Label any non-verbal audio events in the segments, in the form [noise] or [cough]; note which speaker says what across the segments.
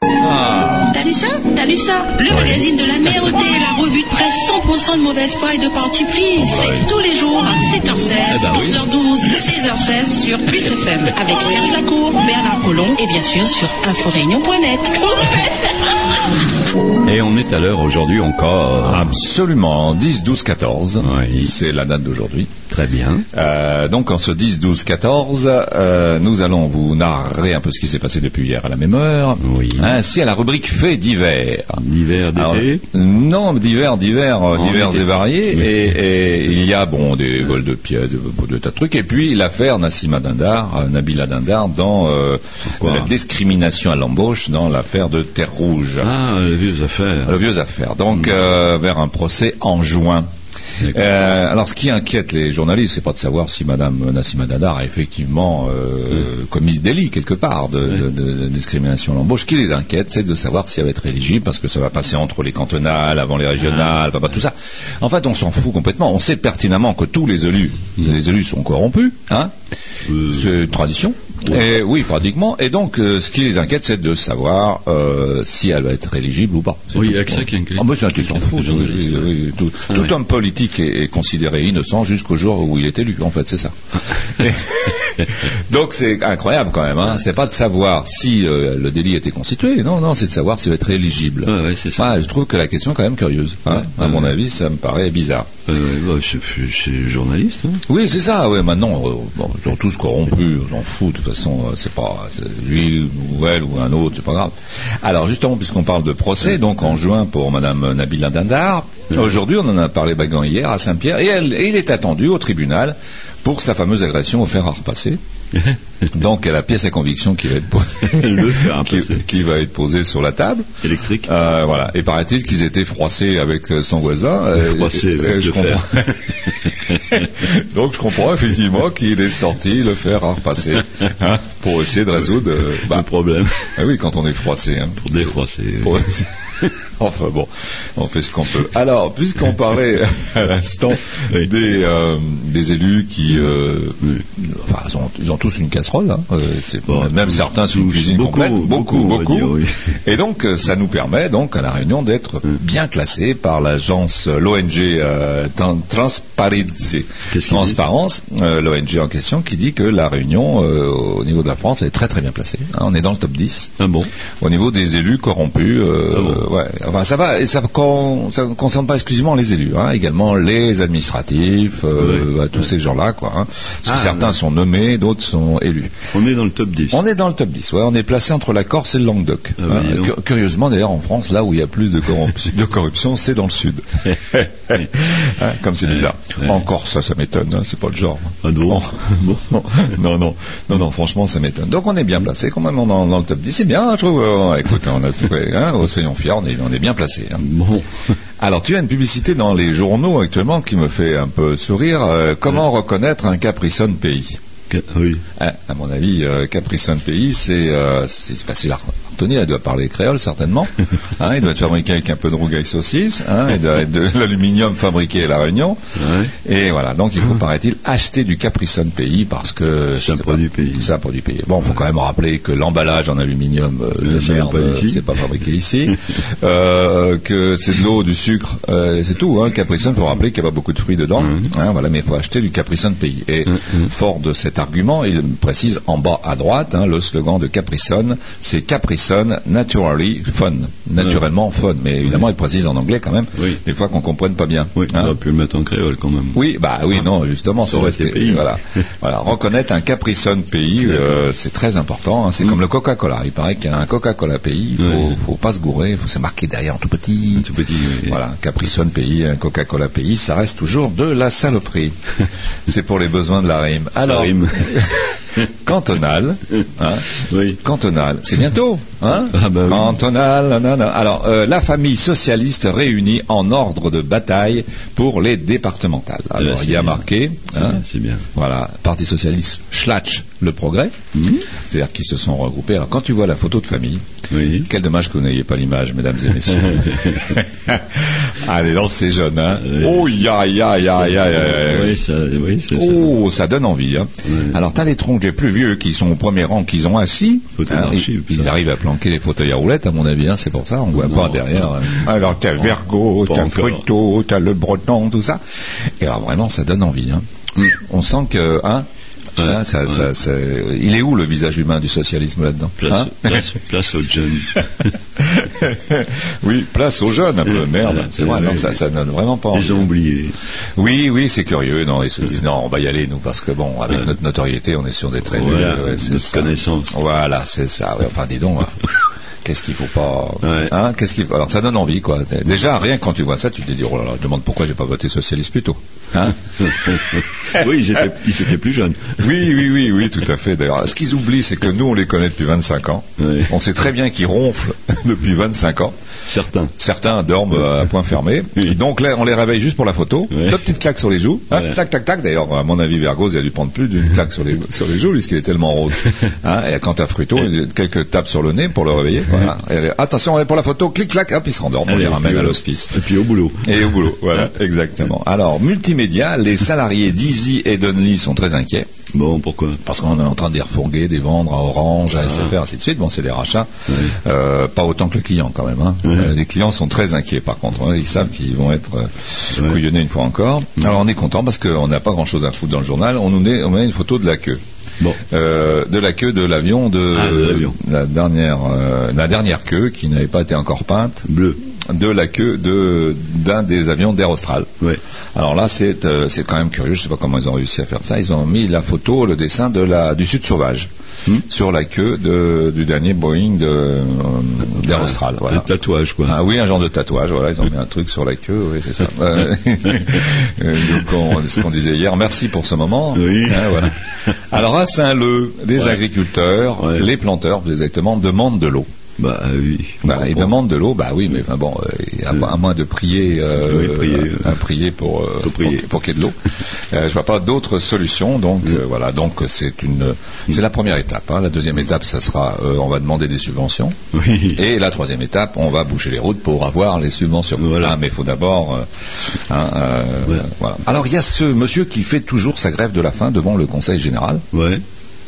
Speaker 1: Ah.
Speaker 2: lu ça Le magazine de la mer OT, la revue de presse 100% de mauvaise foi et de parti pris. C'est tous les jours à 7h16,
Speaker 1: Eh ben oui.
Speaker 2: 11h12 et 16h16 sur Plus FM avec Serge Lacour, Bernard Collomb et bien sûr sur inforéunion.net.
Speaker 1: [laughs]
Speaker 3: Et on est à l'heure aujourd'hui encore.
Speaker 1: Absolument, 10, 12, 14, c'est la date d'aujourd'hui.
Speaker 3: Très bien.
Speaker 1: Euh, donc en ce 10, 12, 14, euh, nous allons vous narrer un peu ce qui s'est passé depuis hier à la même heure.
Speaker 3: Oui.
Speaker 1: Ainsi à la rubrique faits divers.
Speaker 3: L'hiver
Speaker 1: Alors,
Speaker 3: d'été.
Speaker 1: non, divers, divers, euh, divers
Speaker 3: été.
Speaker 1: et variés.
Speaker 3: Oui.
Speaker 1: Et, et il y a bon des vols de pièces, de, de, tas de trucs. Et puis l'affaire Nassima Dindar, euh, Nabila Dindar, dans euh,
Speaker 3: Pourquoi
Speaker 1: la discrimination à l'embauche dans l'affaire de Terre Rouge.
Speaker 3: Ah, les vieilles affaires.
Speaker 1: De vieux affaires. Donc, euh, vers un procès en juin.
Speaker 3: D'accord.
Speaker 1: Euh, alors, ce qui inquiète les journalistes, c'est pas de savoir si Madame Nassima Dadar a effectivement euh, commis ce délit quelque part de, de- de- de discrimination à l'embauche. Ce qui les inquiète, c'est de savoir si elle va être éligible, parce que ça va passer entre les cantonales, avant les régionales, enfin, pas tout ça. En fait, on s'en fout complètement. On sait pertinemment que tous les élus, les élus sont corrompus, hein.
Speaker 3: Euh,
Speaker 1: C'est une tradition. Et, oui, pratiquement. Et donc, euh, ce qui les inquiète, c'est de savoir euh, si elle va être éligible ou pas. C'est
Speaker 3: Oui,
Speaker 1: tout.
Speaker 3: il y a que ça qui inquiète.
Speaker 1: Ah, mais c'est un question
Speaker 3: Les
Speaker 1: fou.
Speaker 3: journalistes,
Speaker 1: oui, oui, oui, Tout,
Speaker 3: Ah,
Speaker 1: tout
Speaker 3: oui.
Speaker 1: homme politique est, est considéré innocent jusqu'au jour où il est élu. En fait, c'est
Speaker 3: [laughs]
Speaker 1: ça. Et- donc, c'est incroyable quand même. Hein. C'est pas de savoir si euh, le délit était constitué. Non, non, c'est de savoir si elle va être éligible.
Speaker 3: Ouais, ouais, c'est ça.
Speaker 1: Ah, je trouve que la question est quand même curieuse. hein.
Speaker 3: Ouais,
Speaker 1: à
Speaker 3: ouais,
Speaker 1: mon
Speaker 3: ouais.
Speaker 1: avis, ça me paraît bizarre.
Speaker 3: Euh, ouais, bah, c'est- c'est journaliste. hein.
Speaker 1: [laughs] Oui, c'est ça. Ouais, maintenant, euh, bon, ils sont tous corrompus, on s'en fout. De toute façon, euh, c'est pas c'est lui ou elle ou un autre, c'est pas grave. Alors, justement, puisqu'on parle de procès, donc en juin pour Madame Nabila Dandar, aujourd'hui, on en a parlé bagan hier à Saint-Pierre, et, elle, et il est attendu au tribunal pour sa fameuse agression au fer à repasser. Donc, elle a pièce à conviction qui va être posée,
Speaker 3: [laughs] Le fer à
Speaker 1: qui,
Speaker 3: repasser.
Speaker 1: qui va être posée sur la table.
Speaker 3: Électrique.
Speaker 1: Euh, voilà. Et paraît-il qu'ils étaient froissés avec euh, son voisin. Euh,
Speaker 3: Froissés avec le
Speaker 1: je
Speaker 3: fer.
Speaker 1: comprends. [laughs] Donc je comprends effectivement qu'il est sorti le fer à repasser hein, pour essayer de résoudre. euh, bah,
Speaker 3: Pas de problème.
Speaker 1: ah oui, quand on est froissé. hein.
Speaker 3: Pour défroisser.
Speaker 1: Pour- [laughs] enfin bon, on fait ce qu'on peut. Alors, puisqu'on parlait à l'instant
Speaker 3: Oui.
Speaker 1: des, euh, des élus qui, euh, enfin, ils ont, ils ont tous une casserole, hein, euh, c'est
Speaker 3: Bon,
Speaker 1: même
Speaker 3: tous,
Speaker 1: certains sous une
Speaker 3: tous,
Speaker 1: cuisine
Speaker 3: beaucoup,
Speaker 1: complète, beaucoup,
Speaker 3: beaucoup, on va
Speaker 1: beaucoup.
Speaker 3: dire, oui.
Speaker 1: Et donc, euh, ça nous permet donc à la Réunion d'être bien classés par l'agence, euh, l'ONG euh, Tran- Transparency.
Speaker 3: Qu'est-ce qu'ils
Speaker 1: Transparence, euh, l'ONG en question, qui dit que la Réunion, euh, au niveau de la France, est très très bien placée. hein, on est dans le top 10
Speaker 3: Ah bon
Speaker 1: au niveau des élus corrompus. euh,
Speaker 3: Ah bon
Speaker 1: ouais. Enfin, ça va, et ça, con- ça ne concerne pas exclusivement les élus, hein, également les administratifs, euh, bah, tous ces gens-là, quoi. hein. Parce que
Speaker 3: Ah,
Speaker 1: certains
Speaker 3: ouais.
Speaker 1: sont nommés, d'autres sont élus.
Speaker 3: On est dans le top 10.
Speaker 1: On est dans le top 10, ouais, on est placé entre la Corse et le Languedoc. Euh,
Speaker 3: Ah, oui, dis donc.
Speaker 1: Cu- curieusement, d'ailleurs, en France, là où il y a plus de,
Speaker 3: [laughs]
Speaker 1: corromp- de corruption, c'est dans le sud. [laughs] Hein, Comme c'est bizarre.
Speaker 3: ouais.
Speaker 1: En Corse, ça, ça m'étonne, hein, c'est pas le genre.
Speaker 3: Ah bon [laughs] Bon.
Speaker 1: Non, [laughs] non, non, non, non, franchement, ça m'étonne. Donc on est bien placé quand même on est dans, dans le top 10. C'est bien, hein, je trouve. Euh, écoute, on a trouvé, hein, oh, soyons fiers, on est, on est bien placé. hein.
Speaker 3: Bon.
Speaker 1: Alors tu as une publicité dans les journaux actuellement qui me fait un peu sourire. Euh, comment reconnaître un Capricorn pays
Speaker 3: Que- Oui.
Speaker 1: Hein, à mon avis, euh, Capricorn Pays, c'est euh, c'est facile à retenir. Elle doit parler créole,
Speaker 3: [laughs]
Speaker 1: certainement. Hein, il doit être fabriqué avec un peu de rougail saucisse. Hein, il doit être de l'aluminium fabriqué à La Réunion.
Speaker 3: Ouais.
Speaker 1: Et voilà, donc
Speaker 3: [laughs]
Speaker 1: il faut, paraît-il, acheter du Capricorn Pays parce que... je
Speaker 3: C'est un
Speaker 1: sais
Speaker 3: produit
Speaker 1: pas,
Speaker 3: pays.
Speaker 1: C'est un produit pays. Bon, il faut quand même rappeler que l'emballage en aluminium, euh,
Speaker 3: Euh,
Speaker 1: de
Speaker 3: c'est
Speaker 1: merde,
Speaker 3: pas
Speaker 1: euh,
Speaker 3: ici.
Speaker 1: c'est pas fabriqué
Speaker 3: [laughs]
Speaker 1: ici. Euh, que c'est de l'eau, du sucre, euh, c'est tout. Hein, Capricorn, faut rappeler qu'il n'y a pas beaucoup de fruits dedans.
Speaker 3: Mmh.
Speaker 1: Hein, voilà, mais il faut acheter du Capricorn Pays. Et fort de cet argument, il précise en bas à droite hein, le slogan de Capricorn, c'est Capricorn naturally fun, naturellement fun. Mais évidemment, il précise en anglais quand même.
Speaker 3: Oui.
Speaker 1: Des fois qu'on comprenne pas bien.
Speaker 3: Oui,
Speaker 1: hein.
Speaker 3: on aurait pu le mettre en créole quand même.
Speaker 1: Oui, bah oui, non, justement, ça
Speaker 3: Ça
Speaker 1: aurait
Speaker 3: reste
Speaker 1: été-
Speaker 3: les pays. [laughs]
Speaker 1: Voilà. voilà, reconnaître un Capricorn pays, euh, c'est très important. hein. C'est
Speaker 3: Mm.
Speaker 1: comme le Coca-Cola. Il paraît qu'il y a un Coca-Cola pays. Il faut,
Speaker 3: Ouais.
Speaker 1: faut pas se gourer. Faut c'est marqué derrière en tout petit.
Speaker 3: Tout petit. oui.
Speaker 1: Voilà, Capricorn pays, un Coca-Cola pays, ça reste toujours de la
Speaker 3: [laughs]
Speaker 1: saloperie. c'est pour les besoins de la rime. Alors, [laughs]
Speaker 3: rime.
Speaker 1: cantonal, hein,
Speaker 3: Oui.
Speaker 1: cantonal, c'est bientôt, hein
Speaker 3: Ah bah oui.
Speaker 1: Cantonal, nanana. Alors, euh, la famille socialiste réunie en ordre de bataille pour les départementales. Alors,
Speaker 3: Ah, bah, c'est
Speaker 1: il y a
Speaker 3: bien.
Speaker 1: marqué,
Speaker 3: C'est
Speaker 1: hein,
Speaker 3: bien, c'est bien.
Speaker 1: voilà, Parti socialiste, Schlatch, le progrès,
Speaker 3: Mhm.
Speaker 1: c'est-à-dire qu'ils se sont regroupés. Alors, quand tu vois la photo de famille,
Speaker 3: Oui. [laughs]
Speaker 1: quel dommage que vous n'ayez pas l'image, mesdames et messieurs. Allez, lance ces jeunes, hein.
Speaker 3: Ouais.
Speaker 1: Oh, ya, ya, ya, ya, ya.
Speaker 3: Oui, ça, oui, c'est ça.
Speaker 1: Oh, ça donne envie. Hein.
Speaker 3: Ouais.
Speaker 1: Alors, t'as les troncs les plus vieux qui sont au premier rang, qu'ils ont assis.
Speaker 3: Fauteuil
Speaker 1: Hein,
Speaker 3: d'archives,
Speaker 1: ils, ils
Speaker 3: ça.
Speaker 1: arrivent à planquer les fauteuils à roulettes, à mon avis. Hein, c'est pour ça, on voit
Speaker 3: Non,
Speaker 1: pas derrière.
Speaker 3: non. [laughs]
Speaker 1: hein. Alors, t'as le Vergo,
Speaker 3: Pas
Speaker 1: t'as le
Speaker 3: encore.
Speaker 1: Fruto, t'as le Breton, tout ça. Et alors, vraiment, ça donne envie. Hein. On sent que, hein,
Speaker 3: Ouais,
Speaker 1: hein, ça-
Speaker 3: ouais.
Speaker 1: ça- ça- il est où le visage humain du socialisme là-dedans
Speaker 3: Place,
Speaker 1: Hein
Speaker 3: place, place aux jeunes.
Speaker 1: [laughs] oui, place aux jeunes un peu.
Speaker 3: Euh,
Speaker 1: Merde,
Speaker 3: euh,
Speaker 1: c'est vrai,
Speaker 3: euh,
Speaker 1: non,
Speaker 3: oui.
Speaker 1: ça, ça donne vraiment pas. envie.
Speaker 3: Ils ont oublié.
Speaker 1: Oui, oui, c'est curieux. Non, ils se disent non, on va y aller nous parce que bon, avec
Speaker 3: Ouais.
Speaker 1: notre notoriété, on est sur des traits
Speaker 3: Voilà,
Speaker 1: nuls. c'est
Speaker 3: notre
Speaker 1: ça.
Speaker 3: connaissance.
Speaker 1: Voilà, c'est ça. Ouais, enfin, dis donc. hein.
Speaker 3: [laughs]
Speaker 1: Qu'est-ce qu'il faut pas
Speaker 3: Ouais.
Speaker 1: hein, Qu'est-ce qu'il faut- Alors ça donne envie quoi. Déjà rien que quand tu vois ça, tu te dis oh là là, je demande pourquoi j'ai pas voté socialiste plus tôt.
Speaker 3: [laughs]
Speaker 1: Hein
Speaker 3: oui, ils étaient, ils étaient plus jeunes.
Speaker 1: oui, oui, oui, oui, tout à fait. D'ailleurs, ce qu'ils oublient, c'est que nous, on les connaît depuis 25 ans.
Speaker 3: Ouais.
Speaker 1: On sait très bien qu'ils ronflent [laughs] depuis 25 ans.
Speaker 3: Certains.
Speaker 1: Certains dorment euh, à point fermé.
Speaker 3: Oui.
Speaker 1: Donc là, on les réveille juste pour la photo.
Speaker 3: Ouais.
Speaker 1: Deux petites claques sur les joues. Hein,
Speaker 3: Ouais.
Speaker 1: Tac, tac, tac. D'ailleurs, à mon avis, Vergoz, il a dû prendre plus d'une claque sur les, sur les joues, puisqu'il est tellement rose. Hein, et quant à Fruto, il y a quelques tapes sur le nez pour le réveiller. Voilà. Et, euh, attention, on est pour la photo. Clic, clac. Hop, il se rendort. On
Speaker 3: Allez,
Speaker 1: les
Speaker 3: et
Speaker 1: ramène
Speaker 3: puis
Speaker 1: à
Speaker 3: au-
Speaker 1: l'hospice.
Speaker 3: Et puis au boulot.
Speaker 1: Et au boulot,
Speaker 3: [laughs]
Speaker 1: voilà, exactement. Alors, multimédia, les salariés d'Easy et d'Only sont très inquiets
Speaker 3: Bon, pourquoi
Speaker 1: parce qu'on est en train de les refourguer, de les vendre à Orange,
Speaker 3: Ah.
Speaker 1: à SFR, ainsi de suite. Bon, c'est des rachats. Euh, pas autant que le client, quand même. hein.
Speaker 3: Ouais.
Speaker 1: Euh, les clients sont très inquiets, par contre. hein. Ils savent qu'ils vont être euh,
Speaker 3: Ouais.
Speaker 1: couillonnés une fois encore. Alors, on est content parce qu'on n'a pas grand-chose à foutre dans le journal. On nous met, on met une photo de la queue.
Speaker 3: Bon.
Speaker 1: Euh, de la queue de l'avion de,
Speaker 3: Ah, de l'avion.
Speaker 1: la dernière euh, la dernière queue qui n'avait pas été encore peinte
Speaker 3: Bleu.
Speaker 1: de la queue de d'un des avions d'Air Austral.
Speaker 3: Ouais.
Speaker 1: Alors là, c'est euh, c'est quand même curieux. Je sais pas comment ils ont réussi à faire ça. Ils ont mis la photo, le dessin de la du Sud sauvage
Speaker 3: Hmm.
Speaker 1: sur la queue de- du dernier Boeing de euh, d'Air Austral.
Speaker 3: Un-
Speaker 1: Voilà.
Speaker 3: Un Ah, tatouage, quoi.
Speaker 1: Ah oui, un genre de tatouage. Voilà, ils ont mis un truc sur la queue. Oui,
Speaker 3: [laughs]
Speaker 1: c'est ça. Euh, [laughs] euh, donc, on- ce qu'on disait hier. Merci pour ce moment.
Speaker 3: Oui.
Speaker 1: Hein,
Speaker 3: [laughs]
Speaker 1: voilà. Alors à Saint-Leu, les
Speaker 3: Ouais.
Speaker 1: agriculteurs,
Speaker 3: Ouais.
Speaker 1: les planteurs, plus exactement, demandent de l'eau.
Speaker 3: Bah oui. on
Speaker 1: Bah, ils
Speaker 3: comprend.
Speaker 1: demandent de l'eau, bah oui, mais enfin bon, euh, à, à moins de prier, euh,
Speaker 3: Oui, prier, euh,
Speaker 1: à prier pour, euh,
Speaker 3: faut prier.
Speaker 1: pour, pour qu'il y ait de l'eau. Euh, je vois pas d'autres solutions, donc
Speaker 3: Mm.
Speaker 1: euh, voilà, donc c'est une, c'est la première étape. hein. La deuxième étape, ça sera, euh, on va demander des subventions,
Speaker 3: Oui.
Speaker 1: et la troisième étape, on va boucher les routes pour avoir les subventions.
Speaker 3: Voilà.
Speaker 1: Hein, mais il faut d'abord, euh, hein, euh,
Speaker 3: Voilà.
Speaker 1: voilà. Alors il y a ce monsieur qui fait toujours sa grève de la faim devant le Conseil général.
Speaker 3: Ouais.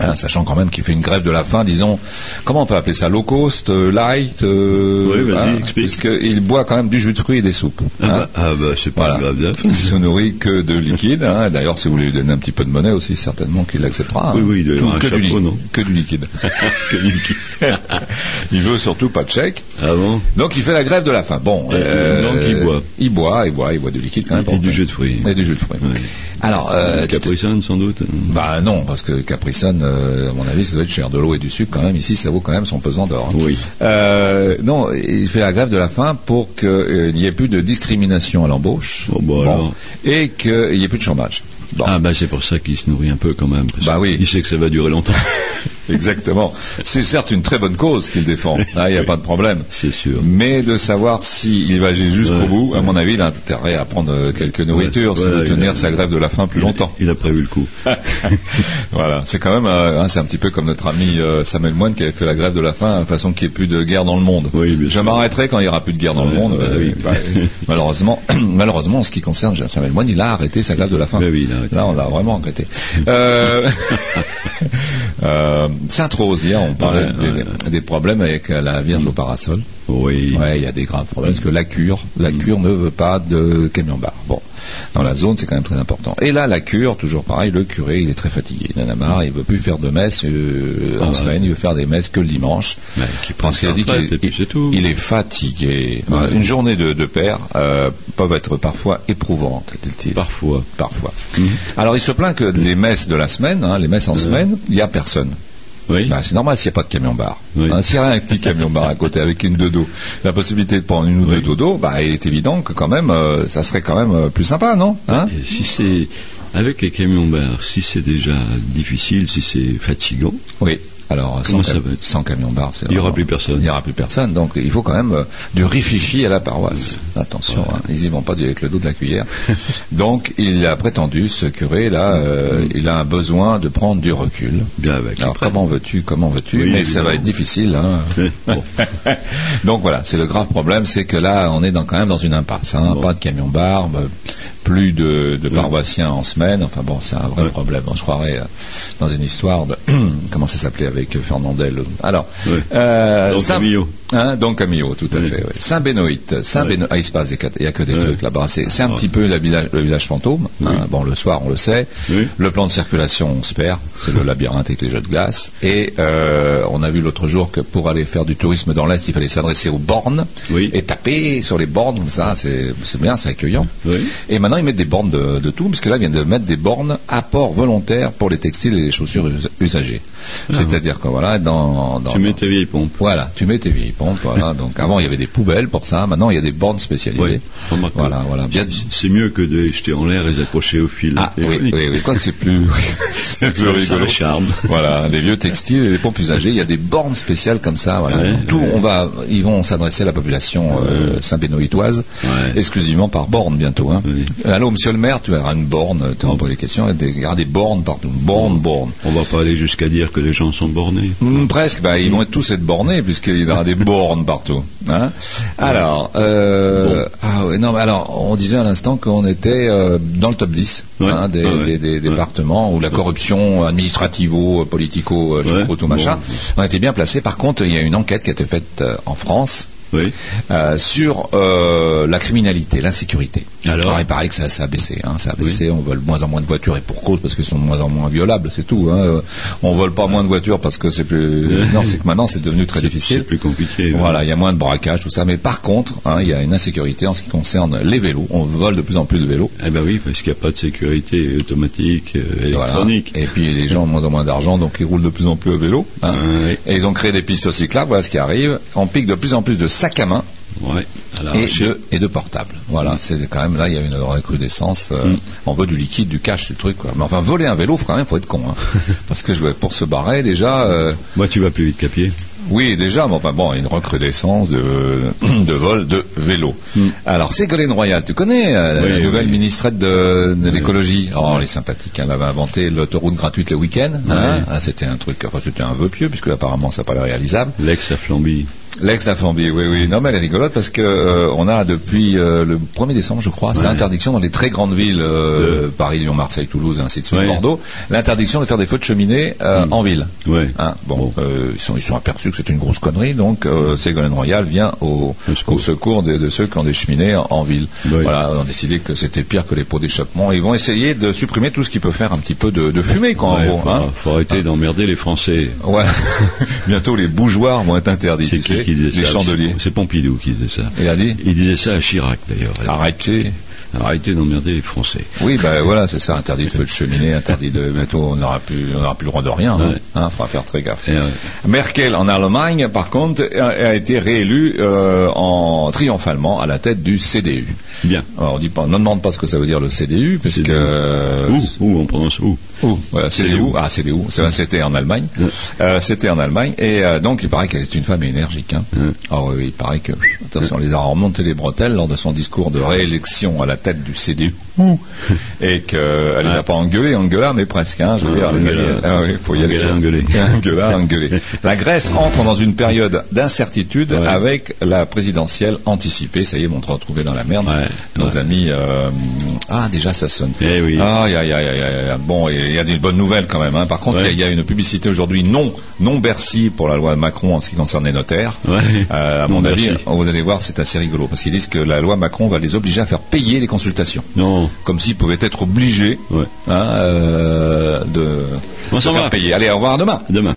Speaker 1: Hein, sachant quand même qu'il fait une grève de la faim, disons, comment on peut appeler ça Low cost, euh, light euh,
Speaker 3: Oui, vas-y, explique.
Speaker 1: Puisqu'il boit quand même du jus de fruits et des soupes.
Speaker 3: Ah,
Speaker 1: hein.
Speaker 3: bah, ah bah, c'est pas
Speaker 1: Voilà.
Speaker 3: grave
Speaker 1: [laughs]
Speaker 3: d'affaire.
Speaker 1: Il se nourrit que de liquide. hein. D'ailleurs, si vous voulez lui donner un petit peu de monnaie aussi, certainement qu'il l'acceptera. hein.
Speaker 3: Oui, oui, il doit y
Speaker 1: Tout-
Speaker 3: avoir un
Speaker 1: que, du,
Speaker 3: chapeau,
Speaker 1: li-
Speaker 3: non
Speaker 1: que du
Speaker 3: [laughs]
Speaker 1: liquide.
Speaker 3: Que liquide.
Speaker 1: il veut surtout pas de chèque.
Speaker 3: Ah bon
Speaker 1: Donc il fait la grève de la faim. Bon, euh,
Speaker 3: Et donc, il boit.
Speaker 1: il boit, il boit, il boit du liquide quand même.
Speaker 3: Et du jus de fruits.
Speaker 1: Et du jus de fruits.
Speaker 3: Ouais.
Speaker 1: Alors, euh, tu te-
Speaker 3: Capricone, sans doute.
Speaker 1: bah non, parce que Capricone, euh, à mon avis, ça doit être cher. De l'eau et du sucre, quand même, ici, ça vaut quand même son pesant d'or. hein.
Speaker 3: Oui.
Speaker 1: Euh, non, il fait la grève de la faim pour qu'il n'y ait plus de discrimination à l'embauche
Speaker 3: Oh, bah, alors.
Speaker 1: et qu'il n'y ait plus de chômage. Bon.
Speaker 3: Ah bah c'est pour ça qu'il se nourrit un peu quand même. parce
Speaker 1: Bah oui.
Speaker 3: Il sait que ça va durer longtemps.
Speaker 1: Exactement. C'est certes une très bonne cause qu'il
Speaker 3: [laughs]
Speaker 1: défend, Là, il n'y a pas de problème.
Speaker 3: c'est sûr.
Speaker 1: Mais de savoir s'il va agir jusqu'au
Speaker 3: Ouais,
Speaker 1: bout, à mon avis, il a intérêt à prendre euh, quelques nourritures,
Speaker 3: Ouais,
Speaker 1: c'est
Speaker 3: voilà,
Speaker 1: de
Speaker 3: il a-
Speaker 1: tenir sa grève de la faim plus longtemps.
Speaker 3: Il a prévu le coup.
Speaker 1: [laughs] voilà, c'est quand même, euh, hein, c'est un petit peu comme notre ami euh, Samuel Moine qui avait fait la grève de la faim, de façon qu'il n'y ait plus de guerre dans le monde.
Speaker 3: Oui, bien
Speaker 1: Je
Speaker 3: sûr.
Speaker 1: m'arrêterai quand il n'y aura plus de guerre dans le
Speaker 3: Ouais,
Speaker 1: monde.
Speaker 3: bah
Speaker 1: euh,
Speaker 3: oui.
Speaker 1: bah, [laughs] malheureusement, [clears throat] malheureusement, en ce qui concerne Samuel Moine, il a arrêté sa grève de la faim.
Speaker 3: Bah oui, il a arrêté.
Speaker 1: Là, on l'a vraiment regretté. Euh, [laughs] euh, Sainte-Rose, hier, on parlait
Speaker 3: Ouais,
Speaker 1: des,
Speaker 3: ouais,
Speaker 1: des problèmes avec euh, la Vierge au parasol.
Speaker 3: Oui. Mm.
Speaker 1: Ouais, il y a des graves problèmes parce que la cure, la cure ne veut pas de camion bar. Bon, dans la zone, c'est quand même très important. Et là, la cure, toujours pareil, le curé, il est très fatigué, il en a marre, il veut plus faire de messe euh,
Speaker 3: Ah
Speaker 1: en
Speaker 3: ouais.
Speaker 1: semaine, il veut faire des messes que le dimanche.
Speaker 3: Bah, qui prend
Speaker 1: Parce qu'il a
Speaker 3: sa
Speaker 1: dit
Speaker 3: retraite, et
Speaker 1: qu'il
Speaker 3: puis c'est tout.
Speaker 1: il est fatigué. Enfin,
Speaker 3: Ouais.
Speaker 1: Une journée de, de père euh, peuvent être parfois éprouvante, dit-il.
Speaker 3: Parfois.
Speaker 1: Parfois.
Speaker 3: Mmh.
Speaker 1: Alors, il se plaint que les messes de la semaine, hein, les messes en semaine, il n'y a personne.
Speaker 3: Oui.
Speaker 1: Ben, c'est normal s'il n'y a pas de camion bar.
Speaker 3: Oui.
Speaker 1: Hein, s'il y a un petit camion bar à côté avec une dodo, la possibilité de prendre une ou deux dodo, bah, il est évident que quand même, euh, ça serait quand même euh, plus sympa, non Hein
Speaker 3: Et si c'est avec les camions bars, si c'est déjà difficile, si c'est fatigant,
Speaker 1: Oui. Alors, sans,
Speaker 3: Comment ça va être
Speaker 1: sans camion bar, c'est
Speaker 3: Il y aura
Speaker 1: vraiment-
Speaker 3: plus personne. Hein
Speaker 1: Il n'y aura plus personne. Donc, il faut quand même euh, du rififi à la paroisse. Attention, hein, ils y vont pas du- avec le dos de la
Speaker 3: [laughs]
Speaker 1: cuillère. donc, il a prétendu, ce curé, là, euh, il a un besoin de prendre du recul.
Speaker 3: Bien avec.
Speaker 1: Alors,
Speaker 3: après.
Speaker 1: comment veux-tu Comment veux-tu
Speaker 3: Oui,
Speaker 1: Mais ça
Speaker 3: évidemment.
Speaker 1: va être difficile. hein.
Speaker 3: Oui, bon.
Speaker 1: [laughs] Donc voilà, c'est le grave problème, c'est que là, on est dans, quand même dans une impasse. hein.
Speaker 3: Bon.
Speaker 1: Pas de camion barbe, plus de, de paroissiens en semaine. Enfin bon, c'est un vrai
Speaker 3: Ouais.
Speaker 1: problème. On se croirait euh, dans une histoire de [clears throat] comment ça s'appelait avec Fernandel. Alors,
Speaker 3: Ouais.
Speaker 1: euh,
Speaker 3: Don
Speaker 1: Saint-
Speaker 3: Camillo.
Speaker 1: Hein, Don Camillo, tout à
Speaker 3: Oui.
Speaker 1: fait. ouais. Saint Bénoït, Saint
Speaker 3: Ouais.
Speaker 1: Béno- ah, il se passe des cat- il y a que des
Speaker 3: Ouais.
Speaker 1: trucs là-bas. C'est c'est un
Speaker 3: Ah.
Speaker 1: petit peu la village- le village fantôme.
Speaker 3: Oui.
Speaker 1: hein. Bon, le soir, on le sait.
Speaker 3: Oui.
Speaker 1: Le plan de circulation, on se perd. C'est
Speaker 3: [laughs]
Speaker 1: le labyrinthe avec les jeux de glace. Et euh, on a vu l'autre jour que pour aller faire du tourisme dans l'Est, il fallait s'adresser aux bornes
Speaker 3: Oui.
Speaker 1: et taper sur les bornes. comme Ça, c'est c'est bien, c'est accueillant.
Speaker 3: Oui.
Speaker 1: Et maintenant, ils mettent des bornes de, de tout, parce que là, ils viennent de mettre des bornes à port volontaire pour les textiles et les chaussures us- usagées. C'est-à-dire que voilà, dans, dans
Speaker 3: Ah. Tu mets ta vieille pompe.
Speaker 1: voilà, tu mets tes vieilles pompes. Voilà. [laughs] Donc avant, il y avait des poubelles pour ça. Maintenant, il y a des bornes spécialisées.
Speaker 3: Ouais, remarque.
Speaker 1: Voilà, voilà. Bien-
Speaker 3: C'est mieux que de les jeter en l'air et les accrocher au fil.
Speaker 1: Ah oui,
Speaker 3: téléphonique.
Speaker 1: oui, oui. Quoi que c'est plus, [laughs] c'est plus
Speaker 3: Ça a
Speaker 1: rigolo.
Speaker 3: le charme.
Speaker 1: Voilà, les vieux textiles et les pompes usagées, il y a des bornes spéciales comme ça. Voilà.
Speaker 3: Ouais,
Speaker 1: Donc, tout,
Speaker 3: ouais.
Speaker 1: on va, ils vont s'adresser à la population euh, saint-bénoïtoise
Speaker 3: Ouais.
Speaker 1: exclusivement par borne bientôt. Hein.
Speaker 3: Oui.
Speaker 1: Allô, Monsieur le Maire, tu as une borne. Tu as posé des questions. Il y a des- Il y aura des bornes partout. Borne, borne.
Speaker 3: [laughs] On va pas aller jusqu'à dire que les gens sont bornés.
Speaker 1: Hmm, presque, bah, ils vont être tous être bornés puisqu'il y aura des bornes partout. hein. alors, euh, ah ouais, non, mais alors, on disait à l'instant qu'on était euh, dans le top 10
Speaker 3: Ouais.
Speaker 1: hein, des,
Speaker 3: Ah ouais.
Speaker 1: des- des
Speaker 3: Ouais.
Speaker 1: départements où la corruption administrativo, politico, euh, je
Speaker 3: Ouais.
Speaker 1: crois, tout machin,
Speaker 3: Bon.
Speaker 1: on était bien placé. Par contre, il y a une enquête qui a été faite euh, en France
Speaker 3: Oui.
Speaker 1: euh, sur euh, la criminalité, l'insécurité.
Speaker 3: Alors
Speaker 1: il paraît que ça, ça a baissé. hein, ça a baissé. On vole de moins en moins de voitures et pour cause parce qu'elles sont de moins en moins violables, c'est tout. Hein. Euh, On vole pas moins de voitures parce que c'est plus. non, c'est que maintenant c'est devenu très
Speaker 3: [laughs] C'est
Speaker 1: difficile.
Speaker 3: plus compliqué. hein.
Speaker 1: Voilà, il y a moins de braquages, tout ça. Mais par contre, hein, il y a une insécurité en ce qui concerne les vélos. On vole de plus en plus de vélos.
Speaker 3: Eh ben oui, parce qu'il n'y a pas de sécurité automatique, euh,
Speaker 1: Voilà.
Speaker 3: électronique.
Speaker 1: Et puis les gens ont de moins en moins d'argent, donc ils roulent de plus en plus au vélo. hein.
Speaker 3: Ouais.
Speaker 1: Et ils ont créé des pistes cyclables, voilà ce qui arrive. On pique de plus en plus de sacs à main.
Speaker 3: Ouais. Alors,
Speaker 1: et,
Speaker 3: chez-
Speaker 1: de, et de portable. Voilà, c'est quand même là, il y a une recrudescence. euh,
Speaker 3: Mm.
Speaker 1: On veut du liquide, du cash, du truc. Quoi. Mais enfin, voler un vélo, faut quand même, faut être con.
Speaker 3: [laughs]
Speaker 1: hein. Parce que je, pour se barrer, déjà, euh,
Speaker 3: Moi, tu vas plus vite qu'à pied.
Speaker 1: oui, déjà, mais enfin bon, une recrudescence de, [clears throat] de vol de vélo. Alors, Ségolène Royal, tu connais euh,
Speaker 3: Mm. Oui,
Speaker 1: la
Speaker 3: oui,
Speaker 1: nouvelle
Speaker 3: oui.
Speaker 1: ministrette de, de l'écologie Oh, elle est sympathique. hein. Elle avait inventé l'autoroute gratuite le week-end. hein. Ah, c'était un truc, enfin, c'était un vœu pieux, puisque apparemment, ça n'a pas l'air réalisable.
Speaker 3: L'ex à Flambie.
Speaker 1: L'ex Lafambi, oui, oui. Non, mais elle est rigolote parce que euh, on a depuis euh, le 1er décembre, je crois, c'est
Speaker 3: Ouais.
Speaker 1: l'interdiction dans les très grandes villes, euh,
Speaker 3: De-
Speaker 1: Paris, Lyon, Marseille, Toulouse, ainsi de suite,
Speaker 3: Ouais.
Speaker 1: Bordeaux, l'interdiction de faire des feux de cheminée euh,
Speaker 3: Mm.
Speaker 1: en ville.
Speaker 3: Ouais.
Speaker 1: Hein, bon, euh, ils, sont, ils sont aperçus que c'est une grosse connerie, donc euh, Ségolène Royal vient au,
Speaker 3: Au secours.
Speaker 1: au secours de, de ceux qui ont des cheminées en, en ville.
Speaker 3: Oui.
Speaker 1: Voilà, on a décidé que c'était pire que les pots d'échappement. Ils vont essayer de supprimer tout ce qui peut faire un petit peu de, de fumée, quoi,
Speaker 3: Ouais,
Speaker 1: en gros.
Speaker 3: faut,
Speaker 1: hein.
Speaker 3: faut arrêter d'emmerder les Français. [laughs]
Speaker 1: Ouais. Bientôt les bougeoirs vont être interdits,
Speaker 3: C'est
Speaker 1: tu sais,
Speaker 3: qui qui disait
Speaker 1: les
Speaker 3: ça
Speaker 1: chandeliers.
Speaker 3: C'est- C'est Pompidou qui disait ça.
Speaker 1: Il a dit
Speaker 3: Il disait ça à Chirac, d'ailleurs.
Speaker 1: Arrêtez.
Speaker 3: Arrêtez d'emmerder les Français.
Speaker 1: Oui,
Speaker 3: [laughs]
Speaker 1: ben voilà, c'est ça, interdit de feu de cheminée, interdit de bientôt, on n'aura plus, on n'aura plus le droit de rien. Il
Speaker 3: Ouais.
Speaker 1: faudra faire très gaffe.
Speaker 3: Et, euh,
Speaker 1: Merkel en Allemagne, par contre, a, a été réélue euh, en triomphalement à la tête du CDU.
Speaker 3: bien.
Speaker 1: Alors, on dit pas, on ne demande pas ce que ça veut dire le CDU, parce
Speaker 3: CDU.
Speaker 1: que euh,
Speaker 3: Où Où on prononce où
Speaker 1: Où Voilà, CDU.
Speaker 3: CDU.
Speaker 1: Ah, CDU. C'est vrai, C'était en Allemagne.
Speaker 3: Ouais.
Speaker 1: Euh, C'était en Allemagne. Et euh, donc, il paraît qu'elle est une femme énergique. hein.
Speaker 3: Ouais.
Speaker 1: Ah oui, oui, il paraît que. Attention, on les a remonté les bretelles lors de son discours de réélection à la tête du CDU. [laughs] Et qu'elle les a
Speaker 3: Ouais.
Speaker 1: pas engueulés, Angela, mais presque. Hein, je veux
Speaker 3: Ouais,
Speaker 1: dire, les
Speaker 3: Angela.
Speaker 1: amis, ah oui, faut y aller. [laughs]
Speaker 3: Angela, engueulée.
Speaker 1: Angela, engueulée. La Grèce entre dans une période d'incertitude
Speaker 3: Ouais.
Speaker 1: avec la présidentielle anticipée. Ça y est, ils vont te retrouver Ah, dans Ah. la merde.
Speaker 3: Ouais.
Speaker 1: Nos
Speaker 3: Ouais.
Speaker 1: amis. euh, Ah, déjà, ça sonne.
Speaker 3: Eh oui.
Speaker 1: Aïe, aïe, aïe, aïe, aïe. Bon, il y a des bonnes nouvelles quand même. hein. Par contre, il
Speaker 3: Ouais.
Speaker 1: y, a- il y a une publicité aujourd'hui non, non Bercy pour la loi Macron en ce qui concerne les notaires.
Speaker 3: Ouais.
Speaker 1: Euh, à
Speaker 3: Non
Speaker 1: mon avis,
Speaker 3: Bercy.
Speaker 1: vous allez voir, c'est assez rigolo parce qu'ils disent que la loi Macron va les obliger à faire payer les consultations,
Speaker 3: Non.
Speaker 1: comme s'ils pouvaient être obligés
Speaker 3: Ouais.
Speaker 1: hein, euh, de,
Speaker 3: On
Speaker 1: de
Speaker 3: s'en
Speaker 1: faire
Speaker 3: va.
Speaker 1: payer. Allez, au revoir à demain.
Speaker 3: Demain.